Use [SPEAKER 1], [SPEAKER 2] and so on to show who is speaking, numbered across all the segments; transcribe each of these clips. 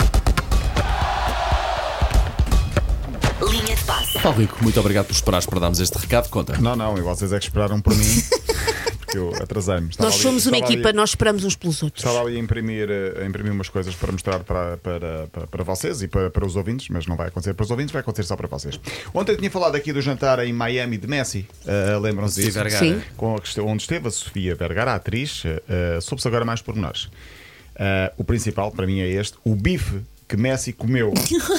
[SPEAKER 1] Paulo Rico, muito obrigado por esperares para darmos este recado. Conta.
[SPEAKER 2] Não, não, e vocês é que esperaram por mim, porque eu atrasei-me. Estava
[SPEAKER 3] Nós
[SPEAKER 2] ali-
[SPEAKER 3] somos uma
[SPEAKER 2] estava ali-
[SPEAKER 3] equipa, nós esperamos uns pelos outros.
[SPEAKER 2] Estava ali a imprimir, eh, a imprimir umas coisas para mostrar para, para, para, para vocês e para, para os ouvintes, mas não vai acontecer para os ouvintes, vai acontecer só para vocês. Ontem eu tinha falado aqui do jantar em Miami de Messi, eh, lembram-se
[SPEAKER 1] Sim,
[SPEAKER 2] disso?
[SPEAKER 1] Vergara.
[SPEAKER 3] Sim.
[SPEAKER 2] Com a questão, onde esteve a Sofia Vergara, a atriz, eh, soube-se agora mais pormenores. Eh, o principal para mim é este: o bife que Messi comeu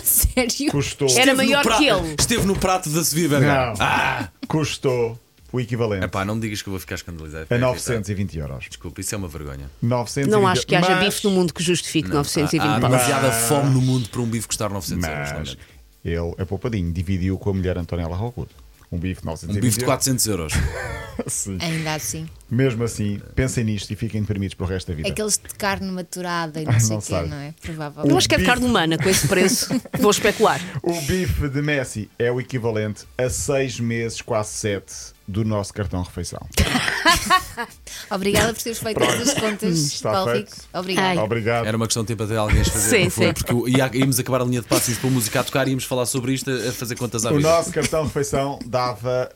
[SPEAKER 3] Sério?
[SPEAKER 2] Custou.
[SPEAKER 3] Era
[SPEAKER 1] Esteve no
[SPEAKER 3] maior
[SPEAKER 1] prato-
[SPEAKER 3] que ele.
[SPEAKER 1] Esteve no prato da Sevilla Vergara.
[SPEAKER 2] Não.
[SPEAKER 1] Ah!
[SPEAKER 2] custou o equivalente
[SPEAKER 1] Epá, é não me digas que eu vou ficar escandalizado.
[SPEAKER 2] a
[SPEAKER 1] Fiquei
[SPEAKER 2] 920 euros.
[SPEAKER 1] Desculpa, isso é uma vergonha.
[SPEAKER 2] 920
[SPEAKER 3] Não acho que haja
[SPEAKER 2] mas- ah,
[SPEAKER 3] bife no mundo que justifique 920
[SPEAKER 1] Há
[SPEAKER 3] paus.
[SPEAKER 1] demasiada fome no mundo para um bife custar 900 euros. Um
[SPEAKER 2] Mas
[SPEAKER 1] realmente.
[SPEAKER 2] ele é poupadinho, dividiu com a mulher Antonella Rocudo. Um bife de
[SPEAKER 1] Um
[SPEAKER 2] 920
[SPEAKER 1] bife de 400 euros.
[SPEAKER 2] Sim.
[SPEAKER 4] Ainda assim.
[SPEAKER 2] Mesmo assim, pensem nisto e fiquem deprimidos para o resto da vida.
[SPEAKER 4] Aqueles de carne maturada e não
[SPEAKER 2] Ai,
[SPEAKER 4] sei
[SPEAKER 2] Ah, não
[SPEAKER 4] o quê,
[SPEAKER 2] sabe.
[SPEAKER 4] não é?
[SPEAKER 3] Eu
[SPEAKER 2] um
[SPEAKER 4] Provavelmente.
[SPEAKER 3] acho que é de carne humana com esse preço. Vou especular.
[SPEAKER 2] O bife de Messi é o equivalente a 6 meses, quase 7 do nosso cartão refeição.
[SPEAKER 4] Obrigada por teres feito essas contas,
[SPEAKER 2] Hum, Está
[SPEAKER 4] Paulo
[SPEAKER 2] feito.
[SPEAKER 4] Rico. Obrigada.
[SPEAKER 2] Obrigado.
[SPEAKER 1] Era uma questão de tempo até alguém as fazer.
[SPEAKER 3] Sim,
[SPEAKER 1] não foi?
[SPEAKER 3] sim.
[SPEAKER 1] Porque o- ia- íamos acabar a linha de passos para a música a tocar e íamos falar sobre isto a a fazer contas à
[SPEAKER 2] O
[SPEAKER 1] vida.
[SPEAKER 2] nosso cartão refeição dava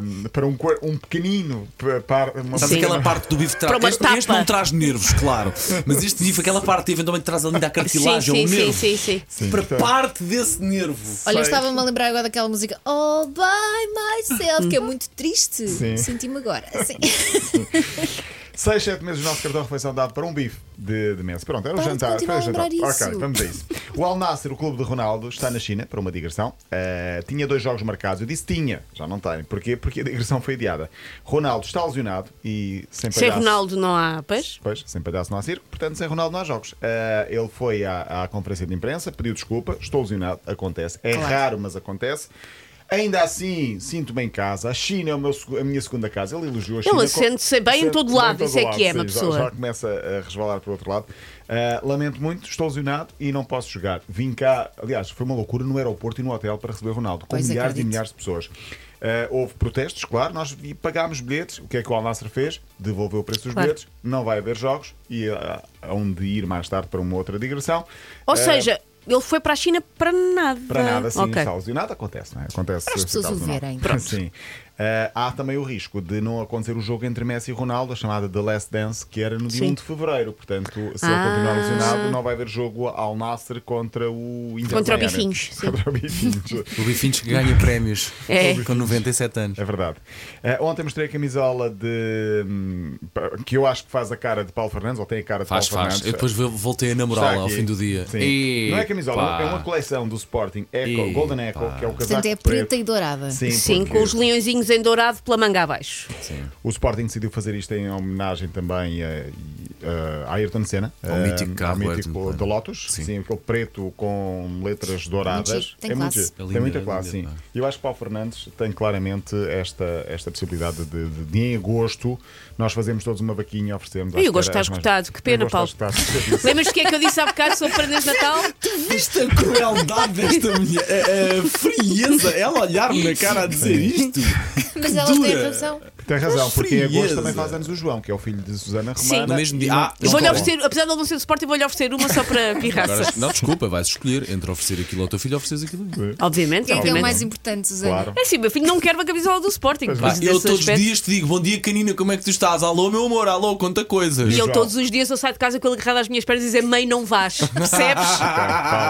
[SPEAKER 2] ahm, para um, quar- um pequenino pa- para uma
[SPEAKER 1] Sabes
[SPEAKER 3] Sim.
[SPEAKER 1] aquela parte do bife que
[SPEAKER 3] Para
[SPEAKER 1] traz.
[SPEAKER 3] uma
[SPEAKER 1] Este, este
[SPEAKER 3] tapa.
[SPEAKER 1] não traz nervos, claro. Mas este bife, aquela parte, eventualmente traz ali da
[SPEAKER 3] Sim,
[SPEAKER 1] cartilagem,
[SPEAKER 2] um
[SPEAKER 3] sim,
[SPEAKER 1] o
[SPEAKER 3] sim,
[SPEAKER 1] nervo.
[SPEAKER 3] sim, sim.
[SPEAKER 2] Sim,
[SPEAKER 1] Para
[SPEAKER 2] portanto,
[SPEAKER 1] parte desse nervo.
[SPEAKER 4] Olha, eu
[SPEAKER 2] Sei.
[SPEAKER 4] estava-me a lembrar agora daquela música All by myself, que é muito triste.
[SPEAKER 2] Sim.
[SPEAKER 4] Senti-me agora. Sim.
[SPEAKER 2] 6, 7 meses o nosso cartão refeição dava para um bife de, de Messi. Pronto, era um
[SPEAKER 4] Para de
[SPEAKER 2] jantar.
[SPEAKER 4] continuar
[SPEAKER 2] Foi um
[SPEAKER 4] a
[SPEAKER 2] jantar.
[SPEAKER 4] lembrar
[SPEAKER 2] Ok,
[SPEAKER 4] isso.
[SPEAKER 2] vamos a isso. O Al Nasser, o clube de Ronaldo, está na China para uma digressão. Ah, tinha dois jogos marcados. Eu disse tinha, já não tem. Porquê? Porque a digressão foi adiada. Ronaldo está lesionado e sem
[SPEAKER 3] Sem
[SPEAKER 2] palhaço-
[SPEAKER 3] Ronaldo não há paz.
[SPEAKER 2] Pois, sem palhaço não há circo, portanto, sem Ronaldo não há jogos. Ah, ele foi à, à conferência de imprensa, pediu desculpa, estou lesionado, acontece. É raro, mas acontece. Ainda assim, sinto-me em casa. A China é o meu seg- a minha segunda casa. Ele elogiou a China. com-
[SPEAKER 3] sente-se bem em
[SPEAKER 2] sente-se
[SPEAKER 3] todo lado, isso é que é uma
[SPEAKER 2] sim, já-
[SPEAKER 3] pessoa.
[SPEAKER 2] Já, começa a resvalar para o outro lado. Ah, lamento muito, estou lesionado e não posso jogar. Vim cá, aliás, foi uma loucura no aeroporto e no hotel para receber Ronaldo, com
[SPEAKER 4] Pois
[SPEAKER 2] milhares e
[SPEAKER 4] acredito.
[SPEAKER 2] milhares de pessoas. Ah, houve protestos, claro, nós vi- pagámos bilhetes. O que é que o Al Nassr fez? Devolveu o preço dos
[SPEAKER 3] Claro.
[SPEAKER 2] bilhetes, não vai haver jogos e ah, onde ir mais tarde para uma outra digressão.
[SPEAKER 3] Ou
[SPEAKER 2] Ah,
[SPEAKER 3] seja, ele foi para a China para nada.
[SPEAKER 2] para nada, sim,
[SPEAKER 3] Ok.
[SPEAKER 2] está lesionado, acontece, não é? Acontece.
[SPEAKER 4] Para as
[SPEAKER 2] se
[SPEAKER 4] pessoas
[SPEAKER 2] está
[SPEAKER 4] o
[SPEAKER 2] lesionado.
[SPEAKER 4] verem.
[SPEAKER 2] Sim. Ah, há também o risco de não acontecer o jogo entre Messi e Ronaldo, a chamada The Last Dance, que era no dia
[SPEAKER 3] Sim.
[SPEAKER 2] 1 de fevereiro. Portanto, se ele
[SPEAKER 3] Ah.
[SPEAKER 2] continuar lesionado, não vai haver jogo ao Nasser contra o Inter
[SPEAKER 3] Contra o
[SPEAKER 2] Miami.
[SPEAKER 3] Bifinhos, sim.
[SPEAKER 2] Contra o Bifinhos.
[SPEAKER 1] O bifinhos que ganha prémios
[SPEAKER 3] É.
[SPEAKER 1] com 97 anos.
[SPEAKER 2] É verdade. Eh, ontem mostrei a camisola de. hum, pa- que eu acho que faz a cara de Paulo Fernandes, ou tem a cara de
[SPEAKER 1] Faz,
[SPEAKER 2] Paulo
[SPEAKER 1] faz.
[SPEAKER 2] Fernandes.
[SPEAKER 1] Eu depois vo- voltei a
[SPEAKER 2] Está
[SPEAKER 1] namorá-la ao
[SPEAKER 2] aqui.
[SPEAKER 1] fim do dia.
[SPEAKER 2] Sim.
[SPEAKER 1] E-
[SPEAKER 2] Não é camisola,
[SPEAKER 1] pá.
[SPEAKER 2] é uma coleção do Sporting Echo,
[SPEAKER 1] E-
[SPEAKER 2] Golden Echo,
[SPEAKER 1] pá.
[SPEAKER 2] que é o casaco.
[SPEAKER 4] Portanto, é preta e dourada.
[SPEAKER 2] Sim,
[SPEAKER 3] Sim,
[SPEAKER 2] porque
[SPEAKER 3] com os leõezinhos em dourado pela manga abaixo.
[SPEAKER 2] O Sporting decidiu fazer isto em homenagem também eh, e, eh, a Ayrton Senna,
[SPEAKER 1] Ao
[SPEAKER 2] eh,
[SPEAKER 1] mítico carro
[SPEAKER 2] ao mítico
[SPEAKER 1] Ayrton,
[SPEAKER 2] da Lotus,
[SPEAKER 1] Sim.
[SPEAKER 2] sim. aquele preto com letras
[SPEAKER 4] Muito
[SPEAKER 2] douradas.
[SPEAKER 4] chique, tem
[SPEAKER 2] é muito,
[SPEAKER 4] classe.
[SPEAKER 2] giro,
[SPEAKER 1] É
[SPEAKER 2] tem
[SPEAKER 1] lindo,
[SPEAKER 2] muita
[SPEAKER 1] é
[SPEAKER 2] classe,
[SPEAKER 1] lindo,
[SPEAKER 2] sim.
[SPEAKER 1] pá.
[SPEAKER 2] E Eu acho que Paulo Fernandes tem claramente esta, esta possibilidade de, de- de, em agosto, nós fazemos todos uma vaquinha e oferecemos.
[SPEAKER 3] E o gosto está esgotado, que pena, Paulo. Lembras-te o que é que eu disse há bocado sobre prendas de Natal?
[SPEAKER 1] Viste a crueldade desta mulher, a, a frieza, ela olhar-me na cara a dizer isto.
[SPEAKER 4] Mas elas têm
[SPEAKER 1] Dura.
[SPEAKER 4] razão.
[SPEAKER 2] Tem razão, porque em agosto
[SPEAKER 1] frieza.
[SPEAKER 2] também faz anos o João, que é o filho de Susana Romana.
[SPEAKER 3] Sim.
[SPEAKER 1] No mesmo dia.
[SPEAKER 2] E não-
[SPEAKER 1] Ah,
[SPEAKER 3] Eu vou-lhe
[SPEAKER 1] Bom.
[SPEAKER 3] oferecer, apesar de ele não ser do Sporting, vou-lhe oferecer uma só para
[SPEAKER 1] Agora,
[SPEAKER 3] pirraça.
[SPEAKER 1] não, desculpa, vais escolher entre oferecer aquilo ao teu filho ou ofereces aquilo a mim.
[SPEAKER 3] Obviamente,
[SPEAKER 4] Quem é que é o
[SPEAKER 3] obviamente.
[SPEAKER 4] mais importante, Susana?
[SPEAKER 2] Claro.
[SPEAKER 3] É assim, meu filho não quer uma camisola do Sporting.
[SPEAKER 2] Pois
[SPEAKER 1] Pá,
[SPEAKER 3] por isso,
[SPEAKER 1] eu
[SPEAKER 3] nesse
[SPEAKER 1] todos os
[SPEAKER 3] aspecto-
[SPEAKER 1] dias te digo, bom dia canina, como é que tu estás? Alô, meu amor, alô, conta coisas.
[SPEAKER 3] E eu
[SPEAKER 2] João.
[SPEAKER 3] todos os dias eu saio de casa com ele agarrado às minhas pernas e dizer mãe, não vás. Percebes?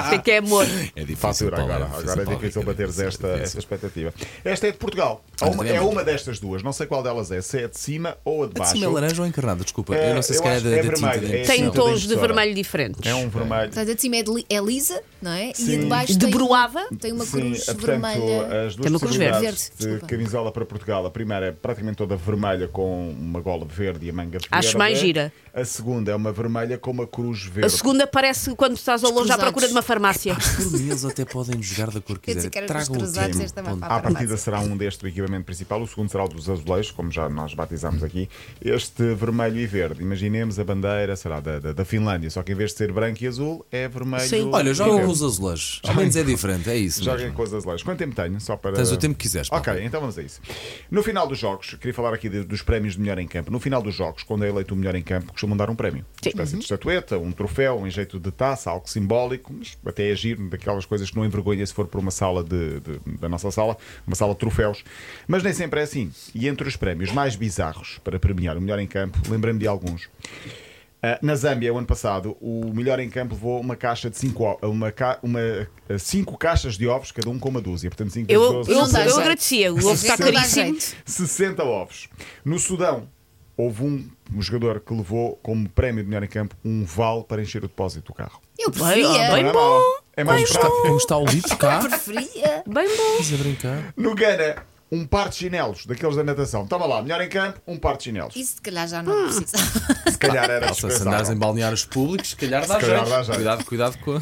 [SPEAKER 3] Isso é que é amor.
[SPEAKER 1] É difícil,
[SPEAKER 2] Fatura
[SPEAKER 1] Paulo,
[SPEAKER 2] agora. Agora é
[SPEAKER 1] Paulo,
[SPEAKER 2] difícil
[SPEAKER 1] Ricardo,
[SPEAKER 2] bateres
[SPEAKER 1] é
[SPEAKER 2] esta,
[SPEAKER 1] difícil.
[SPEAKER 2] esta expectativa. Esta é de Portugal. Há
[SPEAKER 1] Ah,
[SPEAKER 2] uma-
[SPEAKER 1] também é
[SPEAKER 2] é
[SPEAKER 1] muito.
[SPEAKER 2] uma destas duas. Não sei qual delas é. Se é de cima ou a de
[SPEAKER 1] A de
[SPEAKER 2] baixo.
[SPEAKER 1] cima é laranja ou encarnada? Desculpa, eu não sei se
[SPEAKER 2] eu
[SPEAKER 1] calhar é
[SPEAKER 2] acho
[SPEAKER 1] da,
[SPEAKER 2] que é
[SPEAKER 1] da tinta. um
[SPEAKER 2] vermelho,
[SPEAKER 1] da
[SPEAKER 2] é
[SPEAKER 1] impressão.
[SPEAKER 3] Tem
[SPEAKER 2] Não,
[SPEAKER 3] tons de
[SPEAKER 2] tesoura.
[SPEAKER 3] vermelho diferentes.
[SPEAKER 2] É um vermelho.
[SPEAKER 4] Portanto, a de cima é, de li- é lisa, não é? E a
[SPEAKER 2] Sim.
[SPEAKER 4] de baixo
[SPEAKER 3] De
[SPEAKER 4] tem,
[SPEAKER 3] broada?
[SPEAKER 4] tem uma
[SPEAKER 2] Sim, é,
[SPEAKER 4] cruz
[SPEAKER 2] portanto,
[SPEAKER 4] vermelha.
[SPEAKER 2] as duas
[SPEAKER 3] Tem uma cruz verde.
[SPEAKER 2] possibilidades
[SPEAKER 4] Verde,
[SPEAKER 2] de
[SPEAKER 4] desculpa.
[SPEAKER 2] camisola para Portugal. A primeira é praticamente toda vermelha com uma gola verde e a manga verde.
[SPEAKER 3] Acho mais gira.
[SPEAKER 2] A segunda é uma vermelha com uma cruz verde.
[SPEAKER 3] A segunda parece quando estás ao longe à
[SPEAKER 4] Cruzados.
[SPEAKER 3] procura de uma farmácia.
[SPEAKER 1] Por mim, eles até podem jogar da cor que
[SPEAKER 4] Quer dizer,
[SPEAKER 1] quiserem.
[SPEAKER 4] que era
[SPEAKER 1] Tragam o
[SPEAKER 4] dos cruzados,
[SPEAKER 1] time.
[SPEAKER 4] esta vai
[SPEAKER 1] Ponto.
[SPEAKER 4] para
[SPEAKER 2] À
[SPEAKER 4] a
[SPEAKER 2] partida
[SPEAKER 4] farmácia.
[SPEAKER 2] será um deste o equipamento principal, o segundo será o dos azulejos, como já nós batizámos aqui. Este vermelho e verde, imaginemos a bandeira, será da, da, da Finlândia, só que em vez de ser branco e azul, é vermelho.
[SPEAKER 3] Sim.
[SPEAKER 1] Olha,
[SPEAKER 2] e
[SPEAKER 1] jogam com
[SPEAKER 2] verde.
[SPEAKER 1] os
[SPEAKER 5] os azulejos. Ao menos é diferente, é isso.
[SPEAKER 2] Joguem
[SPEAKER 5] mesmo.
[SPEAKER 2] com os azulejos. Quanto tempo tenho? Só para...
[SPEAKER 5] Tens o tempo que quiseres, Paulo.
[SPEAKER 2] Ok, então vamos a isso. No final dos jogos, queria falar aqui de- dos prémios de melhor em campo. No final dos jogos, quando é eleito o melhor em campo, costumam dar um prémio. Uma
[SPEAKER 3] Sim.
[SPEAKER 2] espécie de estatueta, um troféu, um jeito de taça, algo simbólico, mas até agir daquelas coisas que não envergonha se for por uma sala de, de- da nossa sala, uma sala de troféus. Mas nem sempre é assim. E entre os prémios mais bizarros para premiar o melhor em campo, lembrei-me de alguns. Uh, na Zâmbia, o ano passado, o melhor em campo levou uma caixa de 5 uma, ca- uma, uh, cinco caixas de ovos, cada um com uma dúzia. Portanto, 5
[SPEAKER 3] Eu, eu,
[SPEAKER 2] vezes
[SPEAKER 3] eu,
[SPEAKER 4] Não dá jeito.
[SPEAKER 3] agradecia, o ovo está
[SPEAKER 4] Não dá
[SPEAKER 3] caríssimo.
[SPEAKER 4] jeito.
[SPEAKER 2] 60 ovos. No Sudão, houve um, um jogador que levou como prémio de melhor em campo um vale para encher o depósito do carro.
[SPEAKER 4] Eu
[SPEAKER 3] ah,
[SPEAKER 2] Não
[SPEAKER 3] bem
[SPEAKER 4] preferia.
[SPEAKER 2] é
[SPEAKER 3] bom,
[SPEAKER 2] mau. É mais
[SPEAKER 5] Como está,
[SPEAKER 2] barato.
[SPEAKER 5] como está o litro cá?
[SPEAKER 4] Preferia.
[SPEAKER 3] Bem bom.
[SPEAKER 5] Estás a brincar?
[SPEAKER 2] No Gana, um par de chinelos, daqueles da natação. Toma lá, melhor em campo, um par de chinelos.
[SPEAKER 4] Isso se calhar já
[SPEAKER 5] Ah,
[SPEAKER 4] não precisava.
[SPEAKER 2] Se calhar era
[SPEAKER 5] Nossa, se andares em
[SPEAKER 2] dispensável.
[SPEAKER 5] balneários públicos, se calhar dá
[SPEAKER 2] Se calhar dá
[SPEAKER 5] jeito.
[SPEAKER 2] jeito.
[SPEAKER 5] Cuidado, cuidado com.
[SPEAKER 2] Na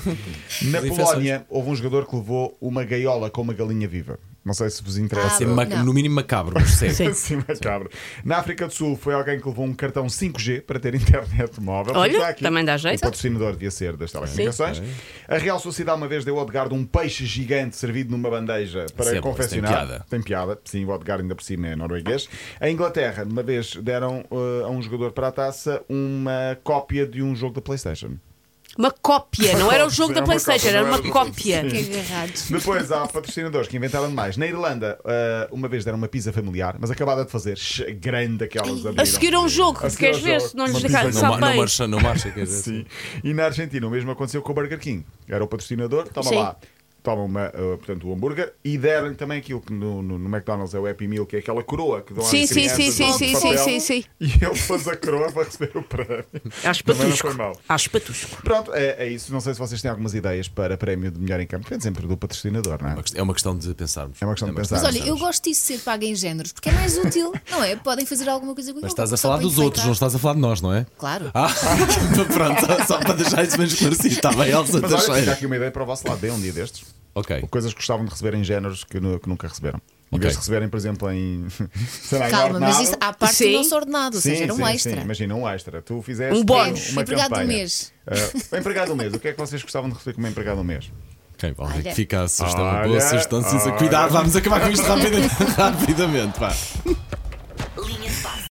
[SPEAKER 5] as infecções.
[SPEAKER 2] Polónia, houve um jogador que levou uma gaiola com uma galinha viva. Não sei se vos interessa.
[SPEAKER 4] Ah,
[SPEAKER 5] Ser é ma-
[SPEAKER 4] Não.
[SPEAKER 5] no mínimo macabro, mas sério.
[SPEAKER 2] Sim, macabro. Na África do Sul foi alguém que levou um cartão 5G para ter internet móvel.
[SPEAKER 3] Olha,
[SPEAKER 2] Está
[SPEAKER 3] também dá jeito.
[SPEAKER 2] O patrocinador devia ser das telecomunicações. A Real Sociedade uma vez deu ao Edgardo um peixe gigante servido numa bandeja para
[SPEAKER 5] Isso é bom,
[SPEAKER 2] confeccionar.
[SPEAKER 5] isso tem piada.
[SPEAKER 2] Tem piada. Sim, o Edgardo ainda por cima é norueguês. A Inglaterra, uma vez deram eh, a um jogador para a taça uma cópia de um jogo da Playstation.
[SPEAKER 3] Uma cópia, não era o jogo
[SPEAKER 2] Era
[SPEAKER 3] da
[SPEAKER 2] uma
[SPEAKER 3] Playstation,
[SPEAKER 2] cópia,
[SPEAKER 3] era
[SPEAKER 2] não
[SPEAKER 3] uma
[SPEAKER 2] era-
[SPEAKER 3] cópia.
[SPEAKER 4] Que agarrados.
[SPEAKER 2] Depois há patrocinadores que inventaram demais. Na Irlanda, eh, uma vez deram uma pizza familiar, mas acabada de fazer, che- grande aquelas
[SPEAKER 3] A
[SPEAKER 2] abriram.
[SPEAKER 3] seguir a um jogo,
[SPEAKER 2] A seguir
[SPEAKER 3] queres
[SPEAKER 2] ao
[SPEAKER 3] ver
[SPEAKER 2] jogo.
[SPEAKER 3] se não lhes
[SPEAKER 2] Uma
[SPEAKER 5] Não,
[SPEAKER 2] pizza
[SPEAKER 3] dá-
[SPEAKER 5] ma-
[SPEAKER 3] sabe
[SPEAKER 5] não
[SPEAKER 3] bem.
[SPEAKER 5] marcha, não marcha, quer dizer. assim.
[SPEAKER 2] Sim. E na Argentina o mesmo aconteceu com o Burger King. Era o patrocinador, toma
[SPEAKER 3] Sim.
[SPEAKER 2] lá. Toma uma, uh, portanto, o hambúrguer e deram-lhe também aquilo que no, no- no McDonald's é o Happy Meal, que é aquela coroa que dão às
[SPEAKER 3] Sim, sim,
[SPEAKER 2] crianças
[SPEAKER 3] sim, sim,
[SPEAKER 2] de
[SPEAKER 3] sim,
[SPEAKER 2] papel.
[SPEAKER 3] sim, sim, sim.
[SPEAKER 2] E é ele pôs a coroa para receber o prémio.
[SPEAKER 3] Acho
[SPEAKER 2] Também não
[SPEAKER 3] patusco.
[SPEAKER 2] foi mal.
[SPEAKER 3] Acho patusco.
[SPEAKER 2] Pronto, é, é isso. Não sei se vocês têm algumas ideias para prémio de melhor em campo. Depende sempre do patrocinador, não é?
[SPEAKER 5] Uma quest- É uma questão de pensarmos.
[SPEAKER 2] É uma questão de pensar.
[SPEAKER 4] Mas olha, eu gosto disso de ser paga em géneros, porque é mais útil, não é? Podem fazer alguma coisa com
[SPEAKER 5] Mas
[SPEAKER 4] aquilo,
[SPEAKER 5] estás a
[SPEAKER 4] só
[SPEAKER 5] falar
[SPEAKER 4] para
[SPEAKER 5] dos outros, não
[SPEAKER 4] enfeitar.
[SPEAKER 5] estás a falar de nós, não é?
[SPEAKER 4] Claro.
[SPEAKER 5] Ah, pronto, só- só para deixar isso bem esclarecido. Está bem, Elsa
[SPEAKER 2] Mas olha, fica
[SPEAKER 5] Teixeira.
[SPEAKER 2] aqui uma ideia para o vosso lado. Dê um dia destes.
[SPEAKER 5] Ok.
[SPEAKER 2] Coisas que gostavam de receber em géneros que, nu- que nunca receberam. Em
[SPEAKER 5] Ok.
[SPEAKER 2] vez de receberem, por exemplo, em. sei lá, em
[SPEAKER 4] Calma, mas
[SPEAKER 2] ordenado.
[SPEAKER 4] isso à parte
[SPEAKER 3] Sim.
[SPEAKER 4] do nosso ordenado, ou seja, era um extra.
[SPEAKER 2] Imagina, um extra. Tu fizeste
[SPEAKER 3] Um bónus.
[SPEAKER 2] uma
[SPEAKER 4] Empregado do
[SPEAKER 2] campanha.
[SPEAKER 4] mês.
[SPEAKER 2] Ah, empregado do mês. O que é que vocês gostavam de receber como empregado do mês?
[SPEAKER 5] Ok, vamos ver
[SPEAKER 4] Olha.
[SPEAKER 5] que fica a sugestão. uma
[SPEAKER 2] Olha,
[SPEAKER 5] boa sugestão. Sim, sim.
[SPEAKER 2] olha.
[SPEAKER 5] Cuidado, vamos acabar com isto rapidamente. rapidamente pá.